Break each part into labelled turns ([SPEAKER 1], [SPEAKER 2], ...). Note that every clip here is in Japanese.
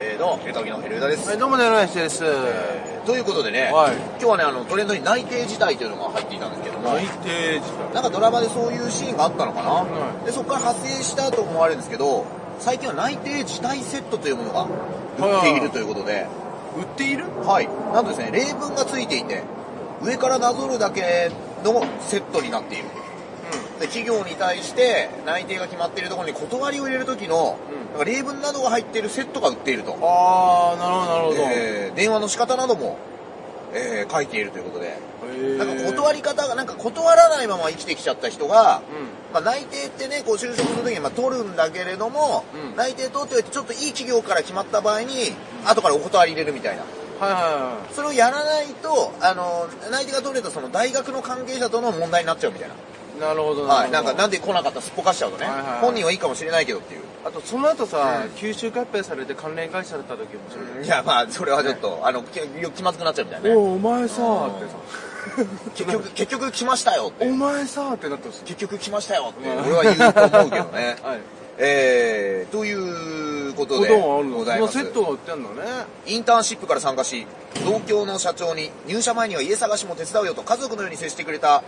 [SPEAKER 1] えー、どうも、ヘルタギのヘルダです、
[SPEAKER 2] はい、どうもね、ロエンシです。
[SPEAKER 1] えーということでね、
[SPEAKER 2] はい
[SPEAKER 1] 今日はね、あの、トレンドに内定辞退というのが入っていたんですけども、
[SPEAKER 2] 定時
[SPEAKER 1] なんかドラマでそういうシーンがあったのかな、
[SPEAKER 2] は
[SPEAKER 1] で、そこから派生したと思われるんですけど、最近は内定辞退セットというものが売っているということで、
[SPEAKER 2] 売っている
[SPEAKER 1] はい。なんとですね、例文がついていて、上からなぞるだけのセットになっている。で企業に対して内定が決まっているところに断りを入れる時の、
[SPEAKER 2] うん
[SPEAKER 1] なんか例文などが入っているセットが売っていると。
[SPEAKER 2] あー、なるほど、なるほど。
[SPEAKER 1] えー電話の仕方なども、えー書いているということで、
[SPEAKER 2] え
[SPEAKER 1] なんか断り方が、なんか断らないまま生きてきちゃった人が、
[SPEAKER 2] う
[SPEAKER 1] まあ、内定ってね、こう就職するときにまあ取るんだけれども、
[SPEAKER 2] うん
[SPEAKER 1] 内定取っておいて、ちょっといい企業から決まった場合に、後からお断り入れるみたいな。
[SPEAKER 2] ん。はいは
[SPEAKER 1] それをやらないと、あの、内定が取れたその大学の関係者との問題になっちゃうみたいな。
[SPEAKER 2] い。なるほど、なるほど。
[SPEAKER 1] はい。なんか、なんで来なかったすっぽかしちゃうとね、
[SPEAKER 2] はいはいはい
[SPEAKER 1] 本人はいいかもしれないけどっていう。
[SPEAKER 2] あと、その後さ、
[SPEAKER 1] うん
[SPEAKER 2] 吸収合併されて関連会社だった時もそれで
[SPEAKER 1] いや、まあ、それはちょっと、あの、き気まずくなっちゃうみたいなね。
[SPEAKER 2] おお、お前さーってさ。
[SPEAKER 1] 結局、結局来ましたよって。
[SPEAKER 2] お前さーってなってほしい。
[SPEAKER 1] 結局来ましたよって
[SPEAKER 2] うん。
[SPEAKER 1] 俺は言うと思うけどね
[SPEAKER 2] はい。
[SPEAKER 1] えー、ということ
[SPEAKER 2] こ
[SPEAKER 1] で
[SPEAKER 2] ともあるの
[SPEAKER 1] ございま
[SPEAKER 2] そ
[SPEAKER 1] す
[SPEAKER 2] のセットが売ってんのね。
[SPEAKER 1] インターンシップから参加し同郷の社長に入社前には家探しも手伝うよと家族のように接してくれた
[SPEAKER 2] はい。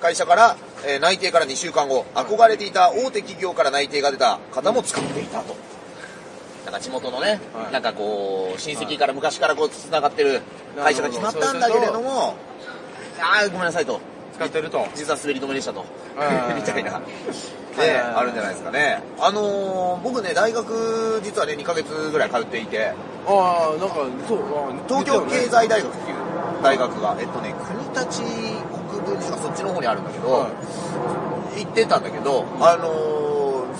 [SPEAKER 1] 会社から、えー内定から2週間後憧れていた大手企業から内定が出た方も使っていたと、なんか地元のね、
[SPEAKER 2] はい
[SPEAKER 1] なんかこう親戚から昔からこうつながってる会社が決まったんだけれどもああごめんなさいと
[SPEAKER 2] 使ってると。
[SPEAKER 1] 実は滑り止めでしたと
[SPEAKER 2] は、い
[SPEAKER 1] みたいな。
[SPEAKER 2] はい
[SPEAKER 1] で、あるんじゃないですかね。あのー、僕ね、大学、実はね、2ヶ月ぐらい通っていて、
[SPEAKER 2] あー、なんか、そう、あー
[SPEAKER 1] 東京
[SPEAKER 2] 見たよ
[SPEAKER 1] 経
[SPEAKER 2] ね
[SPEAKER 1] 済大学っていう大学が、えっとね、国立国分寺とかそっちの方にあるんだけど、
[SPEAKER 2] は
[SPEAKER 1] 行ってたんだけど、あのー、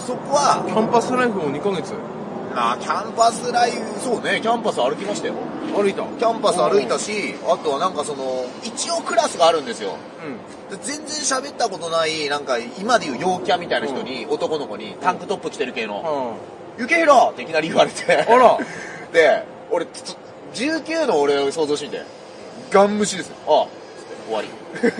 [SPEAKER 1] そこは、
[SPEAKER 2] キャンパスライフを2ヶ月
[SPEAKER 1] まあ、キャンパスライフ、そうね、キャンパス歩きましたよ。
[SPEAKER 2] 歩いた。
[SPEAKER 1] キャンパス歩いたし、あとはなんかその、一応クラスがあるんですよ。
[SPEAKER 2] う
[SPEAKER 1] で全然喋ったことない、なんか今でいう陽キャみたいな人に、男の子にタンクトップ着てる系の、
[SPEAKER 2] ん。うん。
[SPEAKER 1] ゆけひろっていきなり言われて。
[SPEAKER 2] あら
[SPEAKER 1] で、俺、ちょ19の俺を想像してみて。ガン虫ですよ。ああ。終わり。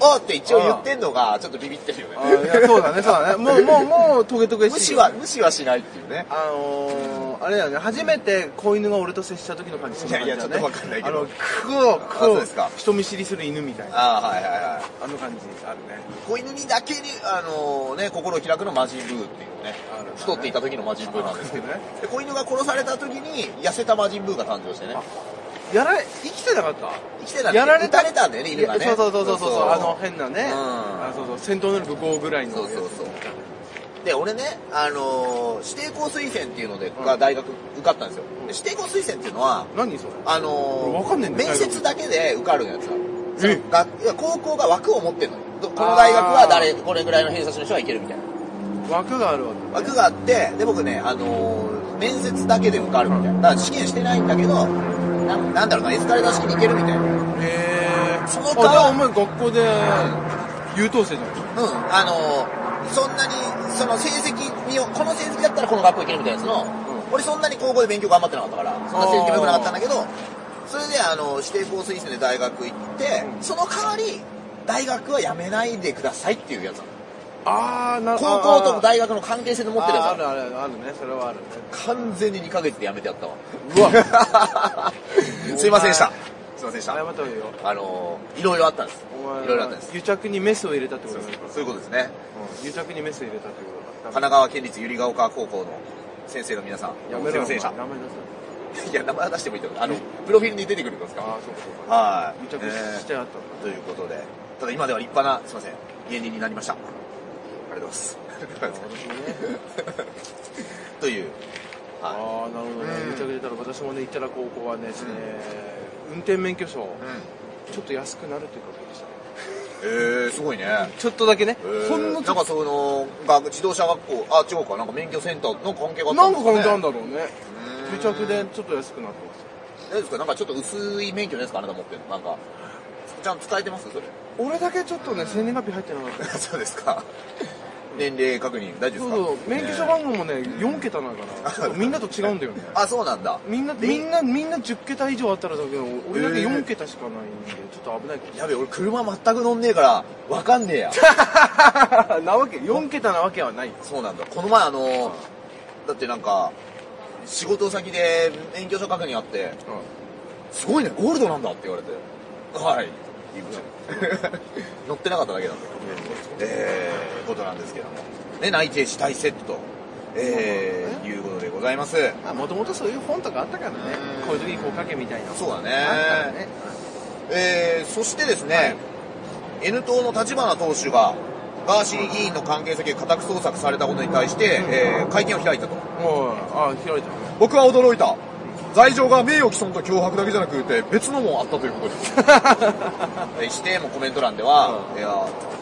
[SPEAKER 1] ああって一応言ってんのが、ちょっとビビってるよ
[SPEAKER 2] あーい
[SPEAKER 1] ね。
[SPEAKER 2] やそうだね、そうだね。もう、もう、もう、トゲトゲしい。
[SPEAKER 1] 無視は、無視はしないっていうね。
[SPEAKER 2] あのー、あれだよね、初めて子犬が俺と接した時の感じそんな感じだよ
[SPEAKER 1] い
[SPEAKER 2] ね
[SPEAKER 1] やいやちょっとわかんないけど
[SPEAKER 2] あの、クオ、
[SPEAKER 1] あ
[SPEAKER 2] ク
[SPEAKER 1] そう
[SPEAKER 2] オ
[SPEAKER 1] ですか、
[SPEAKER 2] 人見知りする犬みたいな。
[SPEAKER 1] ああ、はいはいはい。
[SPEAKER 2] あの感じあるね。
[SPEAKER 1] 子犬にだけに、あのね、心を開くのマジブーっていうね
[SPEAKER 2] ある。
[SPEAKER 1] 太っていた時のマジブーなんですけど。
[SPEAKER 2] ね。
[SPEAKER 1] で、子犬が殺された時に、痩せたマジンブーが誕生してね。
[SPEAKER 2] やら、生きてなかった
[SPEAKER 1] 生きてたんだ
[SPEAKER 2] やられ
[SPEAKER 1] 撃たれたんだよね、
[SPEAKER 2] い
[SPEAKER 1] 犬が
[SPEAKER 2] や
[SPEAKER 1] ね。
[SPEAKER 2] そうそうそうそうそう、あの変なね、
[SPEAKER 1] うん
[SPEAKER 2] あそうそう、戦闘能力5ぐらいの。
[SPEAKER 1] そうそうそうで、俺ね、あのー、指定校推薦っていうので、が大学受かったんですよ。で指定校推薦っていうのは、
[SPEAKER 2] 何それ
[SPEAKER 1] あ
[SPEAKER 2] 俺
[SPEAKER 1] の
[SPEAKER 2] わかんねえ
[SPEAKER 1] ー、
[SPEAKER 2] んだよ
[SPEAKER 1] 面接だけで受かるやつが。そ
[SPEAKER 2] え
[SPEAKER 1] のがいや高校が枠を持ってんのよ。どこの大学は誰、これぐらいの偏差値の人はいけるみたいな。
[SPEAKER 2] 枠があるわ
[SPEAKER 1] 枠があって、で、僕ね、あのー、面接だけで受かるみたいな。だから試験してないんだけど、ななんだろうな、エスカレーター式に行けるみたいな。
[SPEAKER 2] け。へー。
[SPEAKER 1] その代
[SPEAKER 2] あ、じ
[SPEAKER 1] わり
[SPEAKER 2] ゃあお前学校で、優等生じゃん。
[SPEAKER 1] うん、あのーそんなに、その成績に、この成績だったらこの学校行けるみたいなやつの、
[SPEAKER 2] う
[SPEAKER 1] 俺そんなに高校で勉強頑張ってなかったから、そんな成績も良くなかったんだけど、それであの、指定校推薦で大学行って、
[SPEAKER 2] うん
[SPEAKER 1] その代わり、大学は辞めないでくださいっていうやつなの
[SPEAKER 2] あー、なる
[SPEAKER 1] 高校と大学の関係性で持ってるやつ
[SPEAKER 2] あ
[SPEAKER 1] な
[SPEAKER 2] あ
[SPEAKER 1] の
[SPEAKER 2] るあるあるね、それはあるね。
[SPEAKER 1] 完全に2ヶ月で辞めてやったわ。
[SPEAKER 2] うわ
[SPEAKER 1] すいませんでした。すいませんでし
[SPEAKER 2] 謝
[SPEAKER 1] た。
[SPEAKER 2] った方がいいよ。
[SPEAKER 1] あのーいろいろあったんです。
[SPEAKER 2] お前
[SPEAKER 1] いろいろあったんです。
[SPEAKER 2] 癒着にメスを入れたってこと
[SPEAKER 1] そう
[SPEAKER 2] だね
[SPEAKER 1] そういうことですね。
[SPEAKER 2] うん癒着にメスを入れたってこと
[SPEAKER 1] 神
[SPEAKER 2] だ
[SPEAKER 1] 奈川県立百合ヶ丘高校の先生の皆さん、
[SPEAKER 2] やめ
[SPEAKER 1] す
[SPEAKER 2] ろ
[SPEAKER 1] い
[SPEAKER 2] よ
[SPEAKER 1] ませんでした
[SPEAKER 2] お。前やめなさい
[SPEAKER 1] いや、名前は出してもいいと思う。あの、プロフィールに出てくるんですか
[SPEAKER 2] ああそうかそうか
[SPEAKER 1] はい。
[SPEAKER 2] 癒着し
[SPEAKER 1] え
[SPEAKER 2] てあったの
[SPEAKER 1] ーということで、ただ今では立派な、すいません、芸人になりました。ありがとうございます。
[SPEAKER 2] あ 私もね
[SPEAKER 1] という、は
[SPEAKER 2] ああなるほど
[SPEAKER 1] うん
[SPEAKER 2] ね癒着出たら私もね行ったら高校はねですね運転免許証
[SPEAKER 1] い。うん。
[SPEAKER 2] ちょっと安くなるっていうことでしたね
[SPEAKER 1] えー、すごいね。
[SPEAKER 2] ちょっとだけね
[SPEAKER 1] えー
[SPEAKER 2] ほんのち
[SPEAKER 1] な
[SPEAKER 2] ょ
[SPEAKER 1] ん
[SPEAKER 2] っ
[SPEAKER 1] かその、学自動車学校、あ、違うか、なんか免許センターの関係があ
[SPEAKER 2] と
[SPEAKER 1] った
[SPEAKER 2] なんん
[SPEAKER 1] で
[SPEAKER 2] か
[SPEAKER 1] すね
[SPEAKER 2] 関係あるんだろうね
[SPEAKER 1] うーん
[SPEAKER 2] 癒着でちょっと安くなってま
[SPEAKER 1] 大
[SPEAKER 2] す
[SPEAKER 1] 丈夫ですかなんかちょっと薄い免許ですかあなた持ってるのなんか。ちゃんと使えてますそれ。
[SPEAKER 2] 俺だけちょっとね生年月日入ってなかった
[SPEAKER 1] そうです か。年齢確認、大丈
[SPEAKER 2] そ
[SPEAKER 1] 夫
[SPEAKER 2] う
[SPEAKER 1] ですか
[SPEAKER 2] そう免許証
[SPEAKER 1] ね
[SPEAKER 2] 番号もね4桁なんかなちょっとみんなと違うんだよね
[SPEAKER 1] あ、そうなんだ。
[SPEAKER 2] みんな、
[SPEAKER 1] で
[SPEAKER 2] みんな、みんな10桁以上あったらだけど、俺だけ
[SPEAKER 1] えー
[SPEAKER 2] 4桁しかないんで、ちょっと危ないけ
[SPEAKER 1] やべえ、俺車全く乗んねえから、わかんねえや。
[SPEAKER 2] ど。なわけ、4桁なわけはない。
[SPEAKER 1] そうなんだ。この前あのーだってなんか、仕事先で免許証確認あって、すごいね、ゴールドなんだって言われて、はい、言いました。 乗ってなかっただけなんで、えー、ことなんですけども。ね、内定したいセットと、えー、いうことでございます。
[SPEAKER 2] まあもともとそういう本とかあったからね
[SPEAKER 1] うん
[SPEAKER 2] こういう時にこう書けみたいな
[SPEAKER 1] そうだね
[SPEAKER 2] あったからね
[SPEAKER 1] えー、そしてですね、N 党の立花党首が、ガーシー議員の関係先が家宅捜索されたことに対して、えー、会見を開いたと。
[SPEAKER 2] もうあ開いたね
[SPEAKER 1] 僕は驚いた。罪状が名誉毀損と脅迫だけじゃなくて、別のもあったということです。 対して、もうコメント欄では、いや、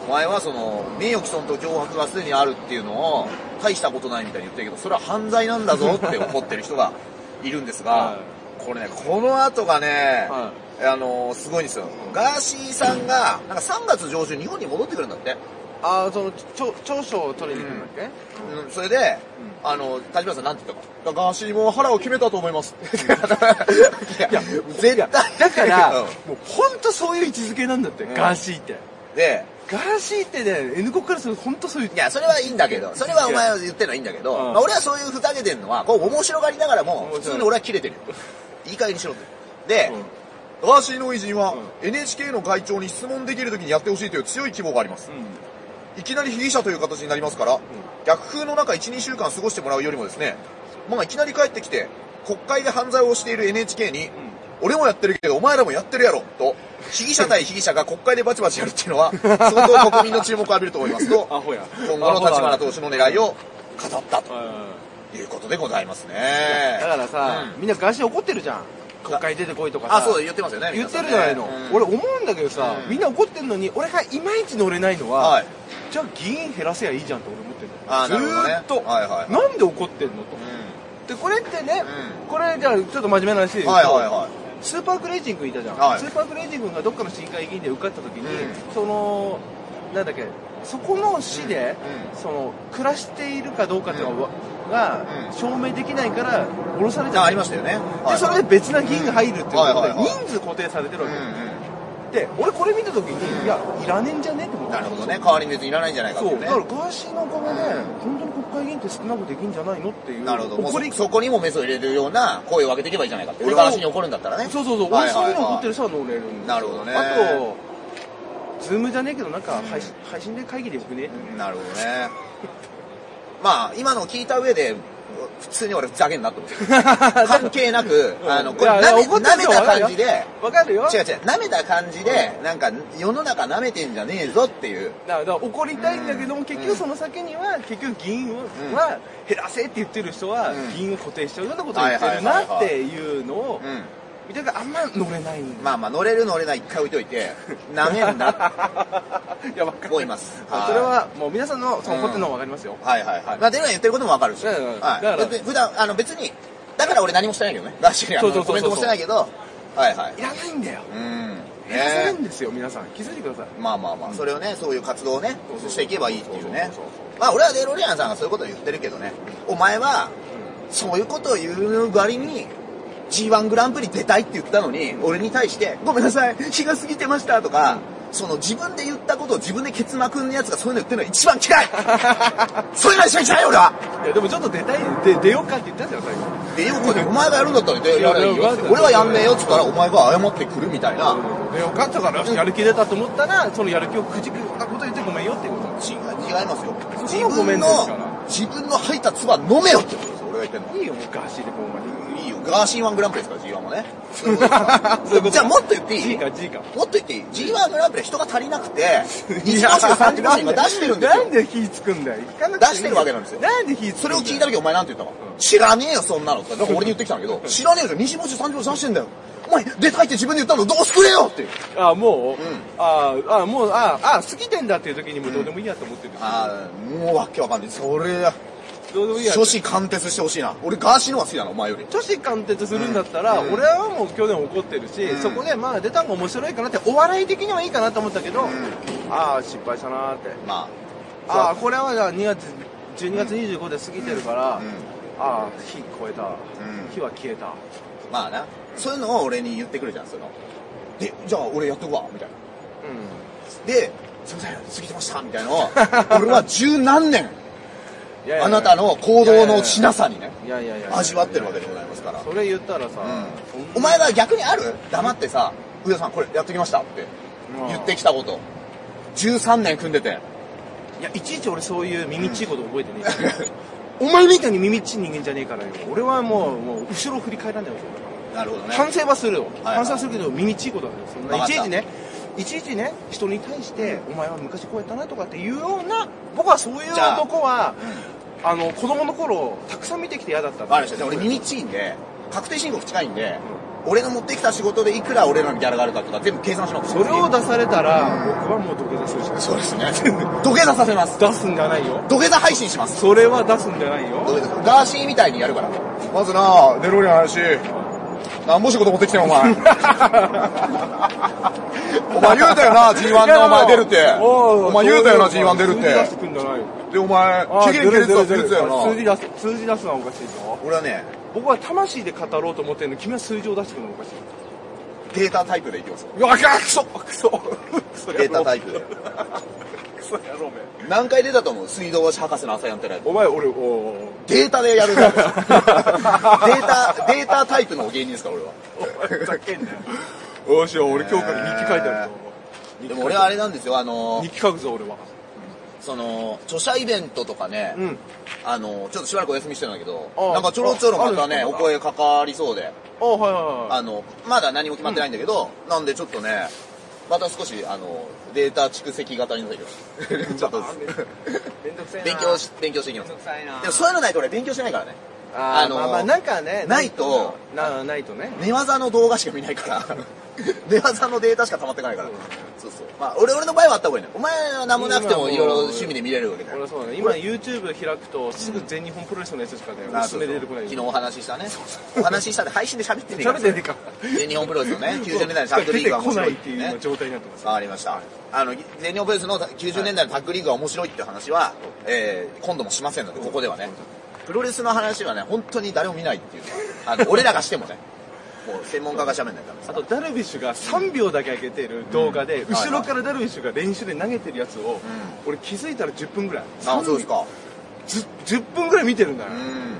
[SPEAKER 1] お前はその、名誉毀損と脅迫がすでにあるっていうのを、大したことないみたいに言ってるけど、それは犯罪なんだぞって怒ってる人がいるんですが、
[SPEAKER 2] は
[SPEAKER 1] これね、この後がね、
[SPEAKER 2] は
[SPEAKER 1] あのすごいんですよ。ガーシーさんが、なんか3月上旬日本に戻ってくるんだって。
[SPEAKER 2] ああそのちょ長所を取りに行くんだっけ、
[SPEAKER 1] うん、それで、あの、立花さんなんて言ったか。ガーシーも腹を決めたと思い ます。いや、絶対。
[SPEAKER 2] だから、
[SPEAKER 1] うん
[SPEAKER 2] もう本当そういう位置づけなんだって、
[SPEAKER 1] うん
[SPEAKER 2] ガーシーって
[SPEAKER 1] で、
[SPEAKER 2] ガーシーってね N 国からすると本当そういう
[SPEAKER 1] いや、それはいいんだけど、それはお前は言ってるのはいいんだけど、
[SPEAKER 2] うん
[SPEAKER 1] まあ、俺はそういうふざけてんのは、こう面白がりながらも、普
[SPEAKER 2] 面白い
[SPEAKER 1] 通に俺は切れてるよ。いい加減にしろって。で、
[SPEAKER 2] うん
[SPEAKER 1] ガーシーの偉人は、NHK の会長に質問できるときにやってほしいという強い希望があります。いきなり被疑者という形になりますから、逆風の中1、2週間過ごしてもらうよりもですね、まあいきなり帰ってきて、国会で犯罪をしている NHK に、俺もやってるけどお前らもやってるやろ、と、被疑者対被疑者が国会でバチバチやるっていうのは、相当国民の注目を浴びると思いますと、
[SPEAKER 2] アホや
[SPEAKER 1] 今後の立花投手の狙いを語ったと
[SPEAKER 2] だ
[SPEAKER 1] いうことでございますね。
[SPEAKER 2] からさ、みんなガーシー怒ってるじゃん国会出てこいとかさ
[SPEAKER 1] あ、そうだ、言ってますよね。
[SPEAKER 2] 言ってるじ
[SPEAKER 1] 皆さ
[SPEAKER 2] ゃなん
[SPEAKER 1] ね
[SPEAKER 2] いの、
[SPEAKER 1] うん
[SPEAKER 2] 俺思うんだけどさ、
[SPEAKER 1] うん
[SPEAKER 2] みんな怒ってんのに俺がいまいち乗れないのは、
[SPEAKER 1] はい
[SPEAKER 2] じゃあ議員減らせやいいじゃんって俺思ってんだよ
[SPEAKER 1] あーなるほどね
[SPEAKER 2] ずーっと、
[SPEAKER 1] はいはいはい
[SPEAKER 2] なんで怒ってんのと、
[SPEAKER 1] う
[SPEAKER 2] でこれってね、
[SPEAKER 1] う
[SPEAKER 2] これじゃあちょっと真面目な話で言うんと、
[SPEAKER 1] はいはいはい。
[SPEAKER 2] スーパークレイジン君いたじゃん、
[SPEAKER 1] はい
[SPEAKER 2] スーパークレイジン君がどっかの市議会議員で受かった時に、
[SPEAKER 1] う
[SPEAKER 2] そのなんだっけそこの市で、その暮らしているかどうかとかはが
[SPEAKER 1] うん
[SPEAKER 2] 証明できないから降ろされちゃ
[SPEAKER 1] あ
[SPEAKER 2] う
[SPEAKER 1] ありましたよね。
[SPEAKER 2] でそれで別な議員が入るっていうことで、
[SPEAKER 1] うんはいはいはい
[SPEAKER 2] 人数固定されてる
[SPEAKER 1] うん
[SPEAKER 2] わけ、
[SPEAKER 1] う
[SPEAKER 2] で俺これ見た時に、
[SPEAKER 1] うん
[SPEAKER 2] いやいらねえんじゃねって思っ
[SPEAKER 1] ん。
[SPEAKER 2] た
[SPEAKER 1] なるほどね。代わりに別にいらないんじゃないかってい
[SPEAKER 2] そうう
[SPEAKER 1] ね。
[SPEAKER 2] だからガーシーのおかげで、本当に国会議員って少なくできんじゃないのっていう
[SPEAKER 1] なるほど。も
[SPEAKER 2] 怒り
[SPEAKER 1] うそそこにもメスを入れるような声を上げていけばいいじゃないかって。
[SPEAKER 2] 俺
[SPEAKER 1] 俺
[SPEAKER 2] は
[SPEAKER 1] が話に怒るんだったらね。
[SPEAKER 2] そうそうそう、
[SPEAKER 1] はいはい
[SPEAKER 2] 俺そう
[SPEAKER 1] はい
[SPEAKER 2] いうの怒ってる人は乗れるんですよ
[SPEAKER 1] なるほどね
[SPEAKER 2] あとズームじゃねえけどなんか配信,、配信で会議でよ くね、
[SPEAKER 1] なるほどね。まあ、今のを聞いた上で、普通に俺ふざけんなって思ってる。関係なく、あの、これ
[SPEAKER 2] い
[SPEAKER 1] 舐
[SPEAKER 2] やい
[SPEAKER 1] め
[SPEAKER 2] や怒って
[SPEAKER 1] 舐
[SPEAKER 2] る
[SPEAKER 1] め
[SPEAKER 2] よ
[SPEAKER 1] た感じで、
[SPEAKER 2] わかる よ
[SPEAKER 1] 違う違う、舐めた感じで、なんか世の中舐めてんじゃねえぞっていう。
[SPEAKER 2] だからだから怒りたいんだけども、
[SPEAKER 1] うん
[SPEAKER 2] 結
[SPEAKER 1] う
[SPEAKER 2] 局
[SPEAKER 1] ん
[SPEAKER 2] その先には結局議員を
[SPEAKER 1] ん
[SPEAKER 2] は減らせって言ってる人は、
[SPEAKER 1] うん
[SPEAKER 2] 議員を固定しちゃうようなことを言ってるなっていうのを
[SPEAKER 1] うん。
[SPEAKER 2] 見たからあんま乗れないんだ、
[SPEAKER 1] まあまあ、乗れる乗れない一回置いといて、舐めんなって
[SPEAKER 2] いやわかる
[SPEAKER 1] 思 います。
[SPEAKER 2] それはもう皆さんのその怒ってるのはわかりますよ、
[SPEAKER 1] はいはいはい。まあ、出るのは言ってることもわかるし。
[SPEAKER 2] うん
[SPEAKER 1] はい
[SPEAKER 2] うん。だから
[SPEAKER 1] だって普段、あの別に、だから俺何もしてないけど ね。ガーシーにあ
[SPEAKER 2] そうそ
[SPEAKER 1] の
[SPEAKER 2] うそ
[SPEAKER 1] コ
[SPEAKER 2] う
[SPEAKER 1] メ
[SPEAKER 2] そう
[SPEAKER 1] ントもしてないけど、はいはい
[SPEAKER 2] い。らないんだよ
[SPEAKER 1] うん。
[SPEAKER 2] 減らせる
[SPEAKER 1] ね
[SPEAKER 2] んですよ皆さん気づいてください
[SPEAKER 1] まあまあまあ、それをね、そういう活動をね
[SPEAKER 2] そうそう、そう
[SPEAKER 1] していけばいいっていうね
[SPEAKER 2] そうそうそう。
[SPEAKER 1] まあ俺はデロリアンさんがそういうことを言ってるけどね、お前は、そういうことを言う割に、G1 グランプリ出たいって言ったのに、俺に対して、ごめんなさい、日が過ぎてましたとか、その自分で言ったことを自分でケツまくんのやつがそういうの言ってるのが一番 嫌いそういうのは一番嫌い俺はい
[SPEAKER 2] やでもちょっと出たいで出ようかって言ったんですよ最後
[SPEAKER 1] で、よくね、お前がやるんだったらで
[SPEAKER 2] いや
[SPEAKER 1] やればいいよ
[SPEAKER 2] いや。
[SPEAKER 1] 俺はやんねえよっつったら、お前が謝ってくるみたいな。
[SPEAKER 2] でよかったからやる気出たと思ったらそのやる気をくじくようなこと言ってごめんよっていうこと
[SPEAKER 1] 違いますよ。
[SPEAKER 2] そ
[SPEAKER 1] 自
[SPEAKER 2] れはごめ
[SPEAKER 1] 分
[SPEAKER 2] ん
[SPEAKER 1] の
[SPEAKER 2] ですから、
[SPEAKER 1] 自分の吐いた唾飲めよってことですよ、俺が言ってんの。
[SPEAKER 2] いいよもうガーシーでこうまで
[SPEAKER 1] いいよ、ガーシーワングランプリですから、G1 もね。
[SPEAKER 2] そういうこと
[SPEAKER 1] じゃあもっと言っていい
[SPEAKER 2] G か G か
[SPEAKER 1] もっと言っていい ?G1 グランプリは人が足りなくて、1号車、3号車今出してるんです
[SPEAKER 2] な
[SPEAKER 1] よ
[SPEAKER 2] ん。で火つくんだよ行かなくいいよ
[SPEAKER 1] 出してるわけなんですよ
[SPEAKER 2] なんで火つくんだよ
[SPEAKER 1] それを聞いた時お前なんて言ったか、知らねえよ、そんなの。だから俺に言ってきたんだけど、知らねえよ、西文字3号車出してんだよ。お前、出たいって自分で言ったのどうしてくれよっていう。
[SPEAKER 2] あもう、
[SPEAKER 1] ん
[SPEAKER 2] ああもうああ過ぎてんだっていう時にもうどうでもいいやと思ってる、
[SPEAKER 1] あー、もうわけわかんない。それだ。
[SPEAKER 2] どうでもいいやって
[SPEAKER 1] 初心貫徹してほしいな。俺ガーシーの方が好きだな、お前より。
[SPEAKER 2] 都市貫徹するんだったら、俺はもう去年怒ってるし、
[SPEAKER 1] うん
[SPEAKER 2] そこでまあ出たんが面白いかなってお笑い的にはいいかなと思ったけど、
[SPEAKER 1] ん
[SPEAKER 2] ああ失敗したなーって
[SPEAKER 1] ま
[SPEAKER 2] ああこれはじゃあ2月12月25で過ぎてるか
[SPEAKER 1] あ、
[SPEAKER 2] ら、
[SPEAKER 1] うん。
[SPEAKER 2] ああ火超えた、
[SPEAKER 1] ん
[SPEAKER 2] 火は消えた
[SPEAKER 1] まあな。そういうのを俺に言ってくるじゃん、その。で、じゃあ俺やっとくわ、みたいな。
[SPEAKER 2] う
[SPEAKER 1] で、すいません、過ぎてました、みたいなのを、俺は十何年、
[SPEAKER 2] いやいやいや
[SPEAKER 1] あなたの行動のしなさにね、
[SPEAKER 2] いやいやいやいや
[SPEAKER 1] 味わってるわけでございますから。
[SPEAKER 2] それ言ったらさ、
[SPEAKER 1] うんお前は逆にある黙ってさ、上田さんこれやってきましたって言ってきたこと。13年組んでて、
[SPEAKER 2] いやいちいち俺そういう耳っちいこと覚えてねえしお前みたいに耳っちい人間じゃねえからよ俺はもうもう後ろ振り返らないわけ
[SPEAKER 1] な
[SPEAKER 2] だから
[SPEAKER 1] るほどね
[SPEAKER 2] 反省はするよ、
[SPEAKER 1] はい
[SPEAKER 2] 反省はするけど耳ちいことだよそん
[SPEAKER 1] わ
[SPEAKER 2] な
[SPEAKER 1] かった
[SPEAKER 2] いちいちねいちいちね人に対して、お前は昔こうやったなとかっていうような僕はそういう
[SPEAKER 1] じゃあ
[SPEAKER 2] 男はあの子供の頃たくさん見てきて嫌だったん
[SPEAKER 1] わかり
[SPEAKER 2] だ
[SPEAKER 1] ました。じゃあ俺耳ちいんで、確定申告近いんで、俺の持ってきた仕事でいくら俺らのギャラがあるかとか全部計算しなくて
[SPEAKER 2] それを出されたら、僕はもう土下座するしかない
[SPEAKER 1] そうですね。土下座させます。
[SPEAKER 2] 出すんじゃないよ
[SPEAKER 1] 土下座配信します。
[SPEAKER 2] それは出すんじゃないよ
[SPEAKER 1] ガーシーみたいにやるから。まずな、ネロリの話、なんぼ仕事持ってきてん お前。お前言うたよな、G1
[SPEAKER 2] いや
[SPEAKER 1] でお前出るって。お前言うたよな、G1 出るっ
[SPEAKER 2] 数字出して
[SPEAKER 1] て。
[SPEAKER 2] くんじゃないよ
[SPEAKER 1] で、お前、
[SPEAKER 2] あ
[SPEAKER 1] 期限切れてたって言
[SPEAKER 2] 出
[SPEAKER 1] っ
[SPEAKER 2] る
[SPEAKER 1] てた
[SPEAKER 2] 出る
[SPEAKER 1] よ
[SPEAKER 2] 数字
[SPEAKER 1] な。
[SPEAKER 2] 出す数字出すのはおかしいでしょ
[SPEAKER 1] 俺はね、
[SPEAKER 2] 僕は魂で語ろうと思ってるのに君は数字を出してくるのがおかしい
[SPEAKER 1] データタイプでいきます。
[SPEAKER 2] うわくそくそくそ
[SPEAKER 1] データタイプで。
[SPEAKER 2] クソ野郎め
[SPEAKER 1] 何回出たと思う水道橋博士の朝やんてない
[SPEAKER 2] お前俺おーおー
[SPEAKER 1] データでやる タイプデータ、データタイプの芸人ですから、俺は。
[SPEAKER 2] お前ふざけんなよどうしよう俺今日から日記書いてあるぞ
[SPEAKER 1] でも俺はあれなんですよ、あの
[SPEAKER 2] 日、記書くぞ俺は
[SPEAKER 1] その、著者イベントとかね、
[SPEAKER 2] うん
[SPEAKER 1] あの、ちょっとしばらくお休みしてるんだけど、
[SPEAKER 2] ああ
[SPEAKER 1] なんかちょろちょろまた
[SPEAKER 2] ああ
[SPEAKER 1] ね、
[SPEAKER 2] るん
[SPEAKER 1] お
[SPEAKER 2] ですか
[SPEAKER 1] 声かかりそうで、
[SPEAKER 2] あはいはいはい
[SPEAKER 1] あの、まだ何も決まってないんだけど、なんでちょっとね、また少し、あの、データ蓄積型になってきました ちょっとずつ、
[SPEAKER 2] めんどくさいな
[SPEAKER 1] 勉強し、勉強していきます。
[SPEAKER 2] くさいな
[SPEAKER 1] でもそういうのないと俺勉強してないからね。
[SPEAKER 2] あ
[SPEAKER 1] あ
[SPEAKER 2] あ
[SPEAKER 1] の
[SPEAKER 2] のまあまあなんかね
[SPEAKER 1] ないと
[SPEAKER 2] なないとね
[SPEAKER 1] 寝技の動画しか見ないから、 寝技のデータしか溜まってかないから。そうそう。まあ、俺、俺の場合はあった方がいいね。お前は何もなくてもいろいろ趣味で見れるわけだ
[SPEAKER 2] 俺
[SPEAKER 1] よ
[SPEAKER 2] は。そうだね今 YouTube 開くとすぐ全日本プロレスのやつしかねおすすめ出てこない
[SPEAKER 1] 昨日お話ししたね。お話ししたで配信で喋ってねえ
[SPEAKER 2] 喋ってねえか
[SPEAKER 1] 全日本プロレスのね、90年代のタッグリーグ
[SPEAKER 2] 出て
[SPEAKER 1] が
[SPEAKER 2] こ
[SPEAKER 1] 面
[SPEAKER 2] な
[SPEAKER 1] 白い
[SPEAKER 2] い
[SPEAKER 1] っ
[SPEAKER 2] ってて
[SPEAKER 1] いう
[SPEAKER 2] いう
[SPEAKER 1] ね
[SPEAKER 2] 今。状態になってます
[SPEAKER 1] わかりました。あの、全日本プロレスの90年代のタッグリーグが面白いって話は、えー、今度もしませんので、ここではね。プロレスの話はね、本当に誰も見ないっていうのはあの、俺らがしてもね、もう専門家が喋んないから
[SPEAKER 2] あとダルビッシュが3秒だけ上げてる動画で、
[SPEAKER 1] ん
[SPEAKER 2] 後ろからダルビッシュが練習で投げてるやつを、俺気づいたら10分ぐらい
[SPEAKER 1] あ、そうですか。
[SPEAKER 2] ず10分ぐらい見てるんだよ、
[SPEAKER 1] うん。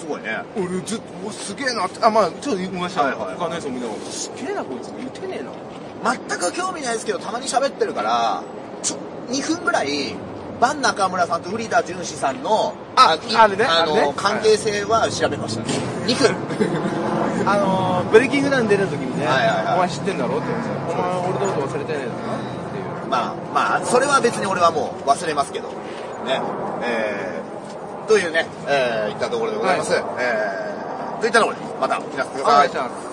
[SPEAKER 1] すごいね。
[SPEAKER 2] 俺ずっとおすげえなってあまあちょっと言いました、
[SPEAKER 1] はいはい
[SPEAKER 2] 他のやつも見ながらすげえなこいつ打てねえな
[SPEAKER 1] 全く興味ないですけど、たまに喋ってるから、ちょ、2分ぐらい、バン中村さんとウリダ淳史さんの、
[SPEAKER 2] あ
[SPEAKER 1] い
[SPEAKER 2] あれね
[SPEAKER 1] あ
[SPEAKER 2] あれ
[SPEAKER 1] の、
[SPEAKER 2] ね
[SPEAKER 1] 関係性は調べました、ね。2分。
[SPEAKER 2] あのー、ブレイキングダウン出た時にね、
[SPEAKER 1] はいはいはい
[SPEAKER 2] お前知ってんだろって言われてお前俺のこと忘れてねえだろっていう
[SPEAKER 1] まあ、まあ、それは別に俺はもう忘れますけど、ね。えー、というね、えー、いったところでございます。えー、といったところで、また、皆さん、くださ
[SPEAKER 2] はいいじゃあ